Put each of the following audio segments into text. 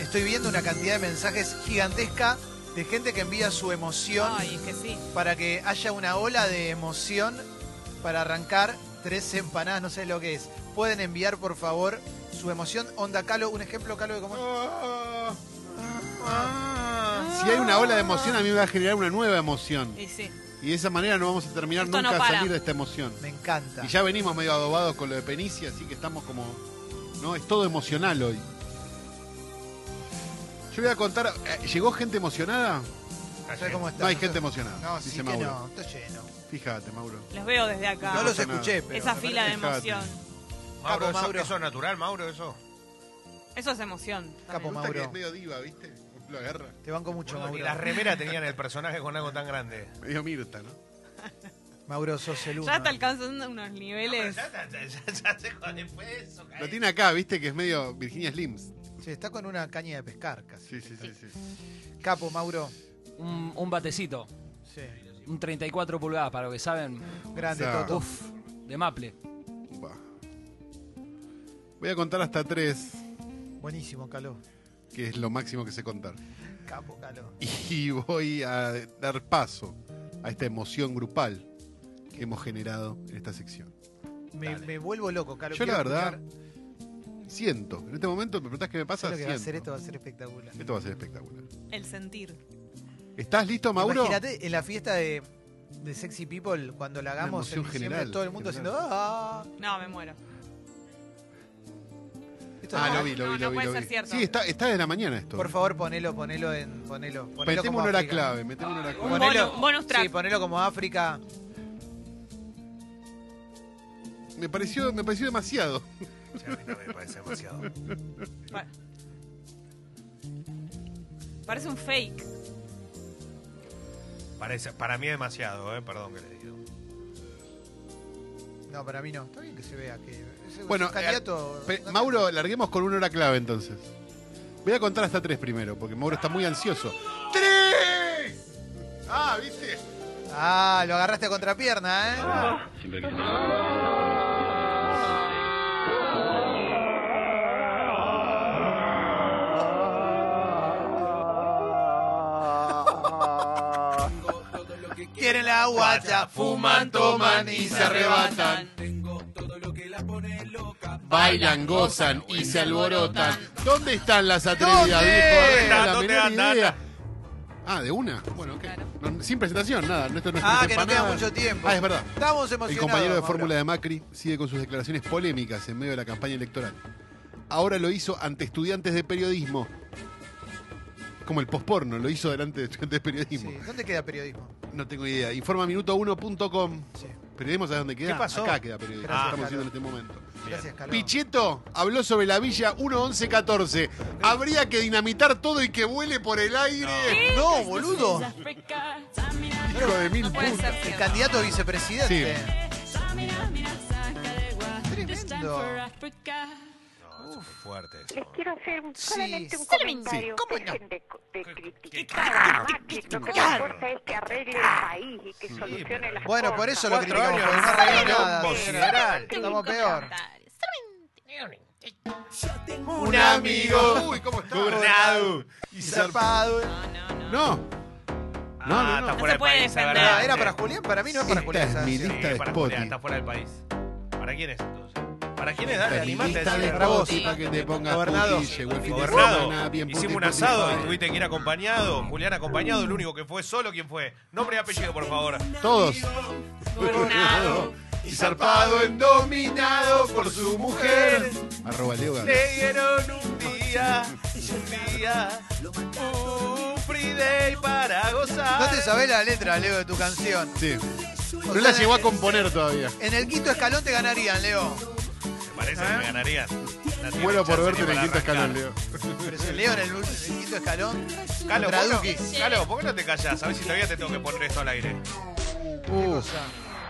estoy viendo una cantidad de mensajes gigantesca de gente que envía su emoción Ay, es que sí. para que haya una ola de emoción para arrancar tres empanadas, no sé lo que es. Pueden enviar, por favor, su emoción. Onda Calo, un ejemplo, Calo, de cómo es. Si hay una ola de emoción, a mí me va a generar una nueva emoción. Y sí. Y de esa manera no vamos a terminar Esto no nunca a para. salir de esta emoción. Me encanta. Y ya venimos medio adobados con lo de Penicia, así que estamos como. No, es todo emocional hoy. Yo voy a contar. eh, ¿Llegó gente emocionada? No sé cómo está. No hay sé. gente emocionada. No, sí dice que Mauro. no, está lleno. Fíjate, Mauro. Los veo desde acá. No los pasa nada. escuché, pero. Esa me fila de parece- parece- emoción. Mauro, Capo, eso, Mauro. eso es natural, Mauro, eso. Eso es emoción. Capo, también. Me gusta que Mauro. es medio diva, ¿viste? Lo agarra. Te banco mucho, Bueno, ni Mauro. las remeras tenían el personaje con algo tan grande. Medio Mirta, ¿no? Mauro, sos el uno. Ya está alcanzando unos niveles. Ya, ya, ya, ya se jode, fue eso, Lo cae. tiene acá, ¿viste? Que es medio Virginia Slims. Sí, está con una caña de pescar casi. Sí, sí, sí. sí. Capo, Mauro. Un, un batecito, Sí. un 34 pulgadas, para lo que saben. Grande, O sea, Toto. Uf, de Maple. Upa. Voy a contar hasta tres, Buenísimo, Caló. que es lo máximo que sé contar. Capo, Caló. Y voy a dar paso a esta emoción grupal que hemos generado en esta sección. Me, me vuelvo loco, Caló. Yo la Quiero verdad escuchar. siento, en este momento me preguntás qué me pasa, Sé lo que va a hacer siento. esto va a ser espectacular. Esto va a ser espectacular. El sentir. ¿Estás listo, Mauro? Imagínate en la fiesta de, de Sexy People, cuando la hagamos en emoción diciembre, general, todo el mundo general. haciendo. ¡Ah! No, me muero. Esto Ah, no. lo vi, lo No, vi, no lo vi. puede lo vi. ser cierto. Sí, está, está de la mañana esto. Por favor, ponelo, ponelo en. Ponelo. ponelo Metemos como una hora África. clave, metemos una hora clave. Un bono- bonus track. Sí, ponelo como África. Me pareció, me pareció demasiado. Sí, a mí también me parece demasiado. Pa- Parece un fake. Parece, para mí es demasiado, eh, perdón que le digo. No, para mí no. Está bien que se vea que. ese- Bueno, ese candidato. eh, pe- no- Mauro, larguemos con una hora clave entonces. Voy a contar hasta tres primero, porque Mauro está muy ansioso. ¡Tres! Ah, ¿viste? Ah, lo agarraste a contrapierna, ¿eh? Quieren la guacha, fuman, toman y se arrebatan. Bailan, gozan y se alborotan. ¿Dónde están las atrevidas? ¿Dónde? Dijo, "No tengo la ¿Dónde menor andan? idea". Ah, de una. Bueno, ok. Claro. No, sin presentación, nada. Esto no es Ah, una que no queda empanada. mucho tiempo. Ah, es verdad. Estamos emocionados. El compañero de Mauro. fórmula de Macri sigue con sus declaraciones polémicas en medio de la campaña electoral. Ahora lo hizo ante estudiantes de periodismo. Como el posporno, lo hizo delante de estudiantes de periodismo. Sí, ¿Dónde queda periodismo? No tengo idea. Informa minuto1.com. Sí. Periodismo, ¿sabes dónde queda? ¿Qué pasó? Acá queda periodismo. Gracias, Estamos haciendo Carlos. en este momento. Gracias, Caló. Pichetto habló sobre la villa 1114. Habría que dinamitar todo y que vuele por el aire. No, boludo. Hijo de mil No puede putas. ser El cierto. candidato a vicepresidente. Tremendo. No, eso fue fuerte. eso. Les quiero hacer un- Sí, solamente un sí. comentario. ¿Cómo no? Dejen de, de criticar criticar, a Macri. Lo que me importa es que arregle el país y que solucione las Bueno, cosas. por eso lo Cuatro criticamos, años, porque no no arregló arregló nada. un general. bocineral. Estamos peor. Un Uy, ¿cómo está? Gobernado Y zarpado. No, no, no. No. No, Ah, no, no. está No fuera se puede del país, defender. ¿verdad? Ah, ¿Era para Julián? Para mí no es para Esta Julián. es esa mi acción. Sí, Lista de para Spotify. Julián, está fuera del país. ¿Para quién es entonces? ¿Para quién es? Dale, animate. Lista de decime. para vos. Spotify para que te pongas Gobernado. puti, llegó el fin de semana, Gobernado, bien puti, hicimos un puti, asado y puti. tuviste que ir acompañado. Julián acompañado, el único que fue solo, ¿quién fue? Nombre y apellido, por favor. Todos. Gobernado. Y zarpado en dominado por su mujer. Arroba Leo Gávez. Le dieron un día, un día, un free day para gozar. No te sabés la letra, Leo, de tu canción. Sí. O No la sea, llegó a componer todavía. En el quinto escalón te ganarían, Leo. ¿Te parece que me ganarías? No tiene Muero por chance verte ni en el para quinto escalón, arrancar. Leo. Pero si Leo en el, ul- en el quinto escalón. Calo, contra ¿vos no- Duki. Calo, ¿por qué no te callas? A ver si todavía te tengo que poner esto al aire. Uh,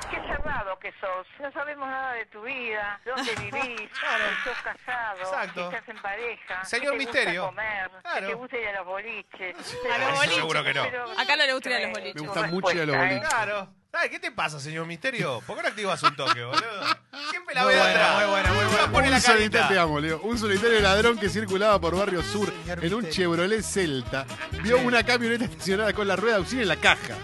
Qué cerrado que sos. No sabemos nada de tu vida, dónde vivís, si sos casado, Exacto. si estás en pareja, Señor qué te Misterio. gusta comer, qué Claro. te gusta ir a los boliches. A los Eso boliches. Seguro que no. Pero- Acá no le gusta ir a los boliches. Me gusta mucho ir a los Respuesta, ¿eh? boliches. Claro. Ay, ¿Qué te pasa, señor Misterio? ¿Por qué no activas un toque, boludo? Siempre la Muy veo buena, atrás. muy buena, muy Nunca buena. pone la un solitario, te carita. amo, Leo. Un solitario ladrón que circulaba por Barrio Sur Señor en un Misterio. Chevrolet Celta Ah, vio una camioneta estacionada con la rueda de auxilio en la caja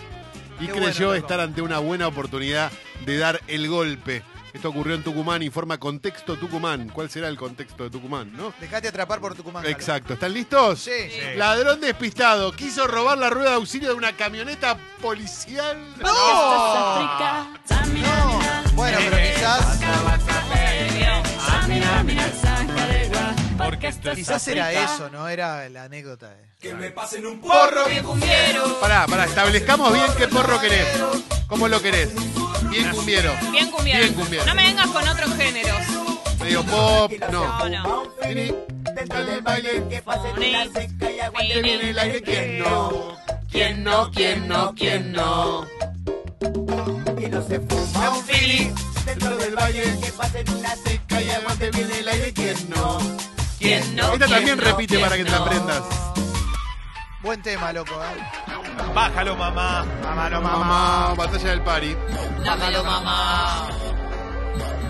y Qué creyó bueno, loco. estar ante una buena oportunidad de dar el golpe. Esto ocurrió en Tucumán, informa Contexto Tucumán. ¿Cuál será el contexto de Tucumán, no? Dejate atrapar por Tucumán. Galo. Exacto. ¿Están listos? Sí. Sí. Ladrón despistado quiso robar la rueda de auxilio de una camioneta policial. ¡No! No. Bueno, pero quizás, quizás era eso, ¿no? Era la anécdota. eh. Porro bien cumbiero. Pará, pará, establezcamos bien qué porro querés. ¿Cómo lo querés? Bien cumbiero. Bien cumbiero. Bien cumbiero. No me vengas con otros géneros. Medio pop, No, no. no. Tini, dentro del baile, que viene el aire, ¿quién no? ¿Quién no? ¿Quién no? ¿Quién no? Un fili. Dentro del baile, que seca y aguante, viene el aire, ¿quién no? ¿Quién no? Esta ¿Quién también no? repite ¿Quién para que te la no? aprendas. Buen tema, loco. ¿eh? Bájalo, mamá. Mamá, no, Mamá, batalla del pari. Dámelo, mamá.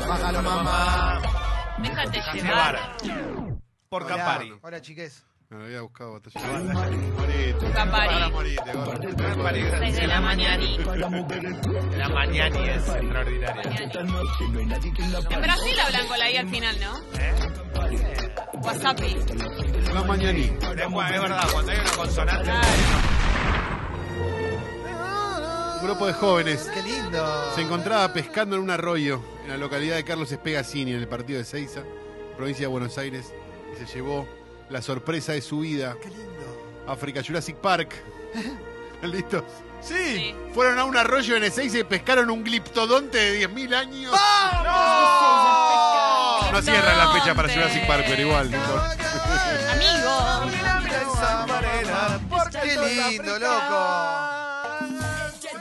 Bájalo, Mamá. Déjate llevar. Llevar. Por Hola, Campari. Hola, chiques. Me lo había buscado batalla del pari. Morite. Campari. Ahora morite, gordo. Campari. Desde la mañanita. La mañana es extraordinaria. En Brasil hablan con la I al final, ¿no? ¿Eh? WhatsApp. La mañanita. Después, es verdad, cuando hay una consonante. Un grupo de jóvenes Qué lindo. Se encontraba pescando en un arroyo en la localidad de Carlos Espegacini, en el partido de Ceiza, provincia de Buenos Aires, y se llevó la sorpresa de su vida. Qué lindo. África Jurassic Park. ¿Están listos? Sí. Sí. Fueron a un arroyo en Ezeiza y pescaron un gliptodonte de 10.000 años. No cierran la fecha para Jurassic Park, pero igual. no importa. Amigo. Qué lindo, loco.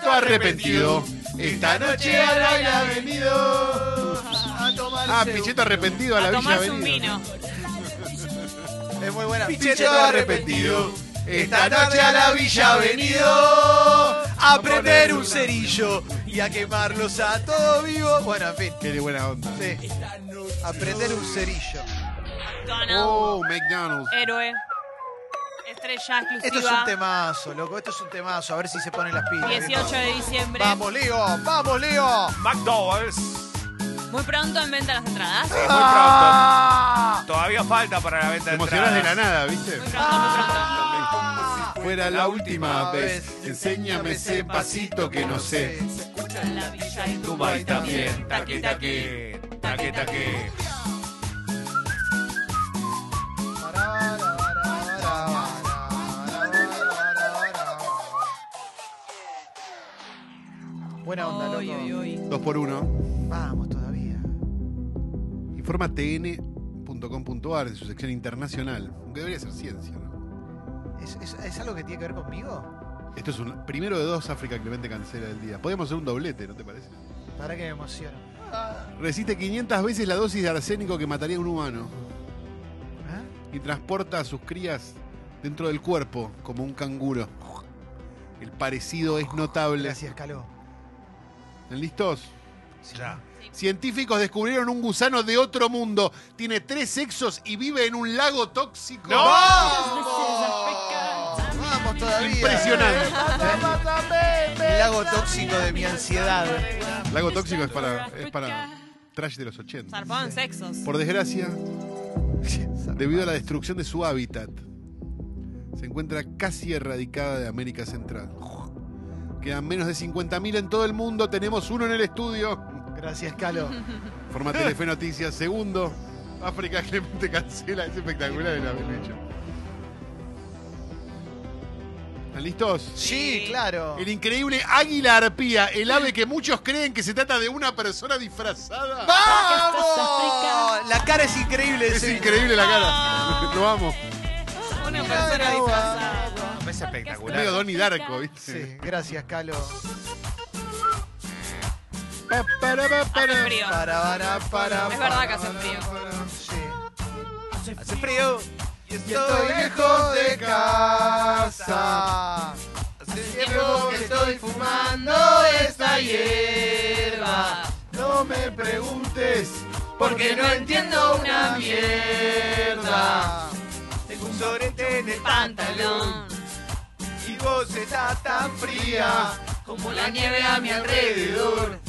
Todo arrepentido. Esta noche habrá venido. Ah, Picheto arrepentido a la A Villa tomarse un Avenida. vino. Es muy buena. Picheto arrepentido. Esta noche a la villa ha venido a prender un cerillo y a quemarlos a todo vivo. Bueno, en fin. Qué buena onda. Sí. A prender un cerillo. Donald. Oh, McDonald's. Héroe. Estrella exclusiva. Esto es un temazo, loco. Esto es un temazo. A ver si se ponen las pilas. 18 de diciembre. Vamos, Leo. Vamos, Leo. McDowell's. Muy pronto en venta las entradas. Muy pronto. Todavía falta para la Ah. venta Te de emocionás de entradas. la nada, ¿viste? Muy pronto, muy pronto. Fuera la última vez. Enséñame ese pasito que no sé. La villa y Dubái también. Taque, taque. Taque, taque. Buena onda, loco. Oy, oy, oy. Dos por uno. Vamos todavía. Informa tn.com.ar de su sección internacional. Aunque debería ser ciencia, ¿no? ¿Es, es, es algo que tiene que ver conmigo? Esto es un primero de dos África Clemente Cancela del día. Podemos hacer un doblete, ¿no te parece? Para que me emociono. Resiste 500 veces la dosis de arsénico que mataría a un humano ¿Ah? y transporta a sus crías dentro del cuerpo como un canguro. El parecido es notable. Gracias, Caló. ¿Están listos? Ya. Científicos descubrieron un gusano de otro mundo. Tiene tres sexos y vive en un lago tóxico. ¡Vamos! ¡Vamos todavía! Impresionante. El lago tóxico de mi ansiedad. Lago tóxico es para, es para trash de los 80. Zarpado en sexos. Por desgracia, debido a la destrucción de su hábitat, se encuentra casi erradicada de América Central. Quedan menos de 50.000 en todo el mundo. Tenemos uno en el estudio. Gracias, Caló. Forma Telefe Noticias. Segundo, África Clemente cancela. Es espectacular el haber hecho. ¿Están listos? Sí, Sí. claro. El increíble águila arpía, el ave que muchos creen que se trata de una persona disfrazada. Ah, ¡Vamos! La cara es increíble. de Es ese increíble la cara. Lo amo. Una persona Claro, disfrazada. Es Es medio espectacular. Donnie Darko, Sí, ¿viste? gracias, Calo. Pa, para, pa, para. Hace frío. Para, para, para. Es verdad que hace frío. Sí. Hace frío. Y Estoy lejos de casa. Hace Tiempo que estoy fumando esta hierba. No no me preguntes, Porque no entiendo una mierda. Tengo un sorete en el Pantalón, y vos estás tan fría. fría, como la nieve a mi alrededor.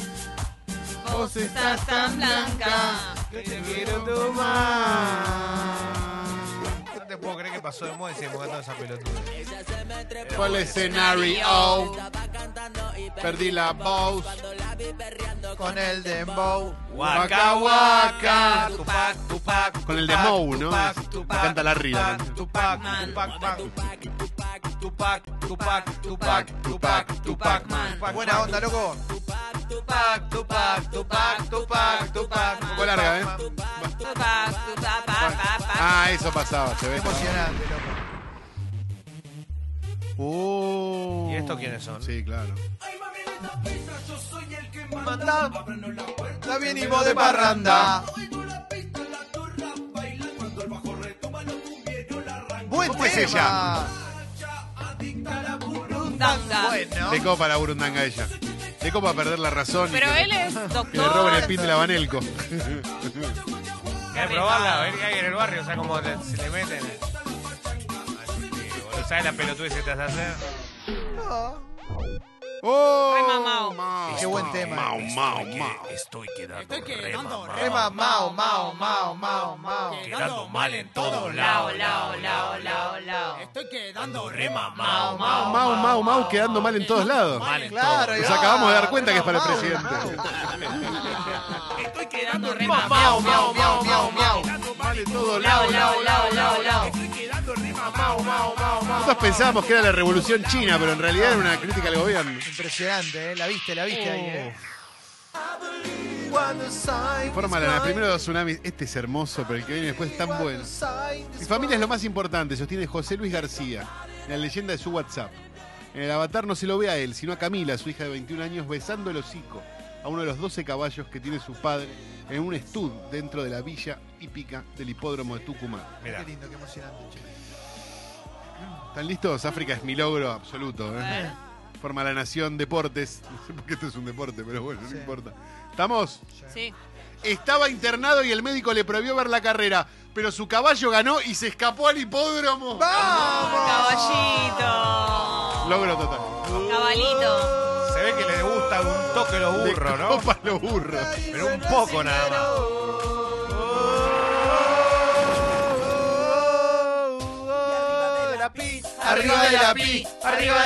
Vos estás tan blanca. que te quiero tomar. No te puedo creer que pasó de moda y se toda esa pelotuda. ¿Cuál escenario? Perdí la voz. Con el dembow. Waka waka. Con el de Mou, ¿no? Tupac, Tupac, Canta la Rida, la Tupac, Tupac, Man. Tupac, Tupac, Tupac, Tupac, Tupac, Tupac, Tupac, Man. Tupac, Buena onda, loco. Tupac, Tupac, Tupac, Tupac, Tupac. Un poco larga, ¿eh? Ah, eso pasaba, se Qué ve. emocionante, loco. Oh. ¿Y estos quiénes son? Sí, claro. Manda. Ya vinimos de parranda. Buen ¿Cómo es tema. ella? Bueno. Le copa la burundanga a ella. Le copa perder la razón. y Pero que- él es Que le roben el doctor. pin de la Banelco. Hay que probarla, a ver qué hay en el barrio, o sea, cómo le- se le meten. Así que, boludo, ¿Sabes la pelotudez que te hace hacer? ¡Oh! Re mamao. Mau, Qué buen mau, tema. Mau, mau, mau. Estoy quedando re mamado. Rema, mao, mao, mao, mao, mao. Quedando mal en todos Lao, lados. lao, lao, lao, lao. Mau, mau, mau, mau, quedando mal en todos lados. Claro, Nos ahí va. acabamos de dar cuenta que es para el Mao, presidente. Estoy quedando re Mao, mamado. mao, mao, mao, mao. Mal en todos Lao, lados. lao, lao, lao, lao. Nosotros pensábamos que era la revolución china, pero en realidad era una crítica al gobierno. Impresionante, ¿eh? La viste, la viste ahí, ¿eh? Forma la primero de los tsunamis. Este es hermoso, pero el que viene después es tan bueno. Mi familia es lo más importante, sostiene José Luis García, en la leyenda de su WhatsApp. En el avatar no se lo ve a él, sino a Camila, su hija de 21 años, besando el hocico a uno de los 12 caballos que tiene su padre en un estud dentro de la villa hípica del hipódromo de Tucumán. Qué lindo, qué emocionante, che. ¿Están listos? África es mi logro absoluto. ¿eh? Forma la nación deportes. No sé por qué esto es un deporte, pero bueno, Sí. no importa. ¿Estamos? Sí. Estaba internado y el médico le prohibió ver la carrera, pero su caballo ganó y se escapó al hipódromo. Caballito. Logro total. Cabalito. Se ve que le gusta un toque los burros, ¿no? Copa los burros. Pero un poco nada más. Arriba de la pi, arriba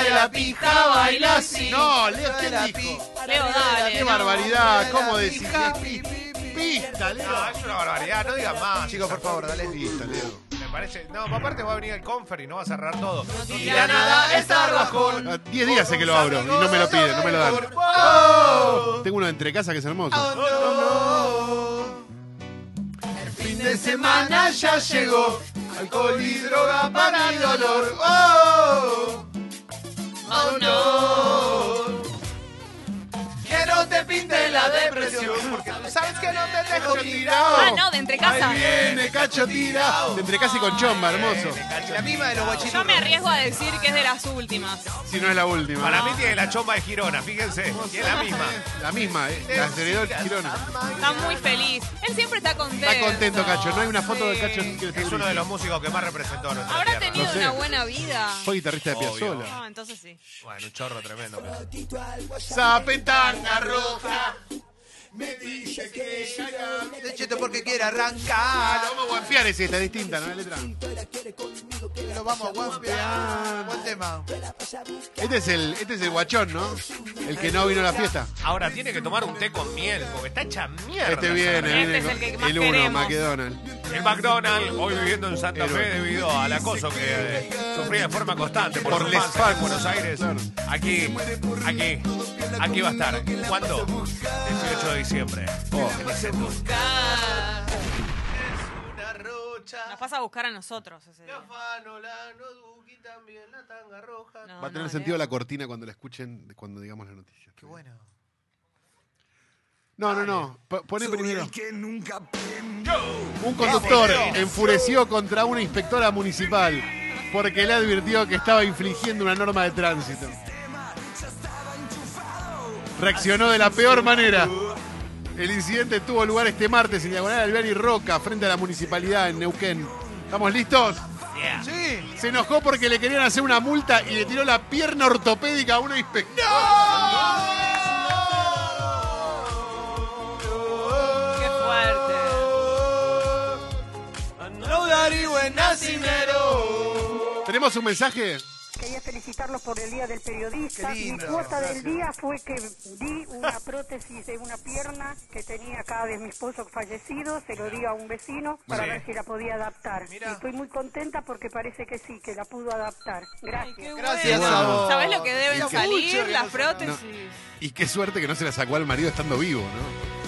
de la pi, Java y la sí. No, Leo, Arriba de ¿quién la pi, dijo? Leo, dale. Qué no. barbaridad, ¿cómo Arriba de decís? la pi, pi, pi, pi. Pista, Leo. No, es una barbaridad, no digas más. Chicos, por favor, dale. Pista, Leo. Me parece. No, aparte va a venir el confer y no va a cerrar todo. tira nada, es Oh, bajón. Ah, Diez días sé que lo abro y no me lo piden, no me lo dan. Tengo uno entre casa que es hermoso. Oh, El fin de semana ya llegó. Alcohol y droga para el dolor. Oh, Oh no. que no te pinte la depresión. Porque tú sabes que no te dejo tirado. Ah, no, de entre casa. Viene cacho tira. Entre casa y con chomba, hermoso. Eh. La misma de los guachitos. Yo me arriesgo a decir que es de las últimas. Si no es la última. Para mí tiene la chomba de Girona, fíjense. que es la misma. La misma, eh, la acreedor Girona. Está muy feliz. Él siempre está contento. Está contento, Cacho. No hay una foto de Sí. Cacho que esté Es uno de triste. los músicos que más representó a nuestra Habrá tierra. tenido No sé. una buena vida. Fue guitarrista de Obvio. Piazzolla. No, entonces sí. Bueno, un chorro tremendo. Zapetanga roja. De cheto porque quiere arrancar. Ah, Lo vamos a guampear es esta, distinta, ¿no? La letra. Lo vamos a guampear. Buen tema. Este es el, este es el guachón, ¿no? El que no vino a la fiesta. Ahora tiene que tomar un té con miel, porque está hecha mierda. Este viene, esa viene es con- el que más el uno, queremos. McDonald's. El McDonald's, hoy viviendo en Santa Héroe. Fe debido al acoso que eh, sufría de forma constante por, Por su Les fans Fans. en Buenos Aires. Claro. Aquí, aquí, aquí va a estar. ¿Cuándo? 18 de diciembre. Oh. Ah. Nos pasa a buscar a nosotros ese día. No, Va a tener no, sentido Leo. la cortina cuando la escuchen, cuando digamos la noticia. Qué bueno. No, no, no. P- Poné primero. Un conductor enfureció contra una inspectora municipal porque le advirtió que estaba infringiendo una norma de tránsito. Reaccionó de la peor manera. El incidente tuvo lugar este martes en Diagonal Alvear y Roca, frente a la municipalidad en Neuquén. ¿Estamos listos? Yeah. Sí. Se enojó porque le querían hacer una multa y le tiró la pierna ortopédica a una inspectora. Qué fuerte. ¿Tenemos un mensaje? Quería felicitarlos por el Día del Periodista. Qué lindo. Mi cuota del día fue que di una prótesis de una pierna que tenía acá de mi esposo fallecido, se lo di a un vecino para Sí. ver si la podía adaptar. Mirá. Y estoy muy contenta porque parece que sí, que la pudo adaptar. Gracias. Gracias bueno. a vos. ¿Sabes lo que deben Mucho salir? que Las no se- prótesis. Y qué suerte que no se la sacó al marido estando vivo, ¿no?